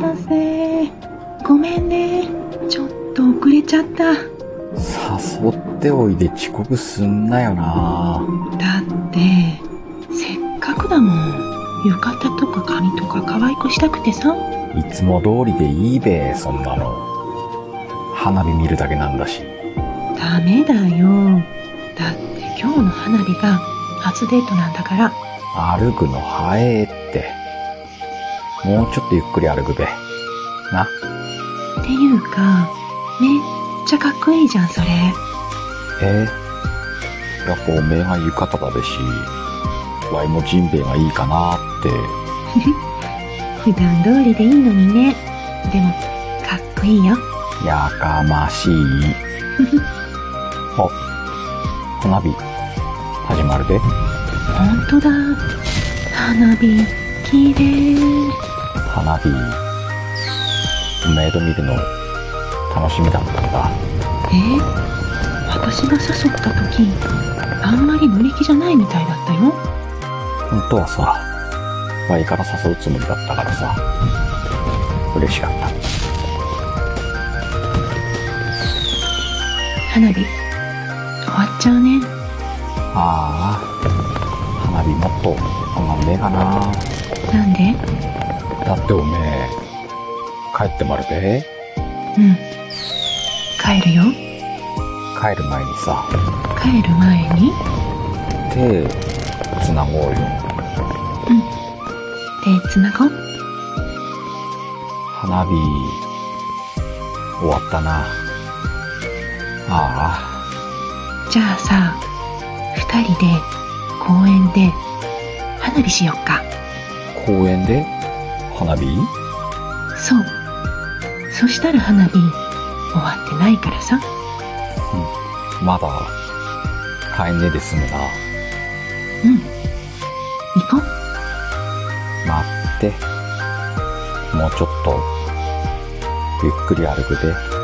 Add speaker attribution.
Speaker 1: たぜごめんねちょっと遅れちゃっただ
Speaker 2: 誘っておいで遅刻すんなよな
Speaker 1: ってせっかくだもん浴衣とか髪とか可愛くしたくてさ
Speaker 2: いつも通りでいいべそんなの花火見るだけなんだし
Speaker 1: ダメだよだって今日の花火が初デートなんだから
Speaker 2: 歩くの早えってもうちょっとゆっくり歩くべな
Speaker 1: っていうかめっちゃかっこいいじゃんそれ
Speaker 2: えやっぱおめえが浴衣だべしワイもジンベエがいいかなって
Speaker 1: 普段通りでいいのにねでもかっこいいよ
Speaker 2: やかましい。 あ、花火、始まるで。
Speaker 1: 本当だ花火きれい
Speaker 2: 花火、メイド見るの、楽しみだったんだ。
Speaker 1: え私が誘った時あんまり乗り気じゃないみたいだったよ
Speaker 2: 本当はさ、ワイから誘うつもりだったからさ、嬉しかった。
Speaker 1: 花火終わっちゃうね
Speaker 2: ああ、花火もっと上がんねえかな。
Speaker 1: なんで
Speaker 2: だっておめえ、帰ってまるで。
Speaker 1: うん帰るよ
Speaker 2: 帰る前にさ、
Speaker 1: 帰る前に
Speaker 2: 手、繋ごうよ。
Speaker 1: 手つなごう
Speaker 2: 花火、終わったな。あ
Speaker 1: じゃあさ二人で公園で花火しよっか
Speaker 2: あ、公園で花火
Speaker 1: そうそしたら花火終わってないからさ
Speaker 2: まだ、帰んねえで済むな。
Speaker 1: うん行こう
Speaker 2: 待って。もうちょっと、ゆっくり歩くで。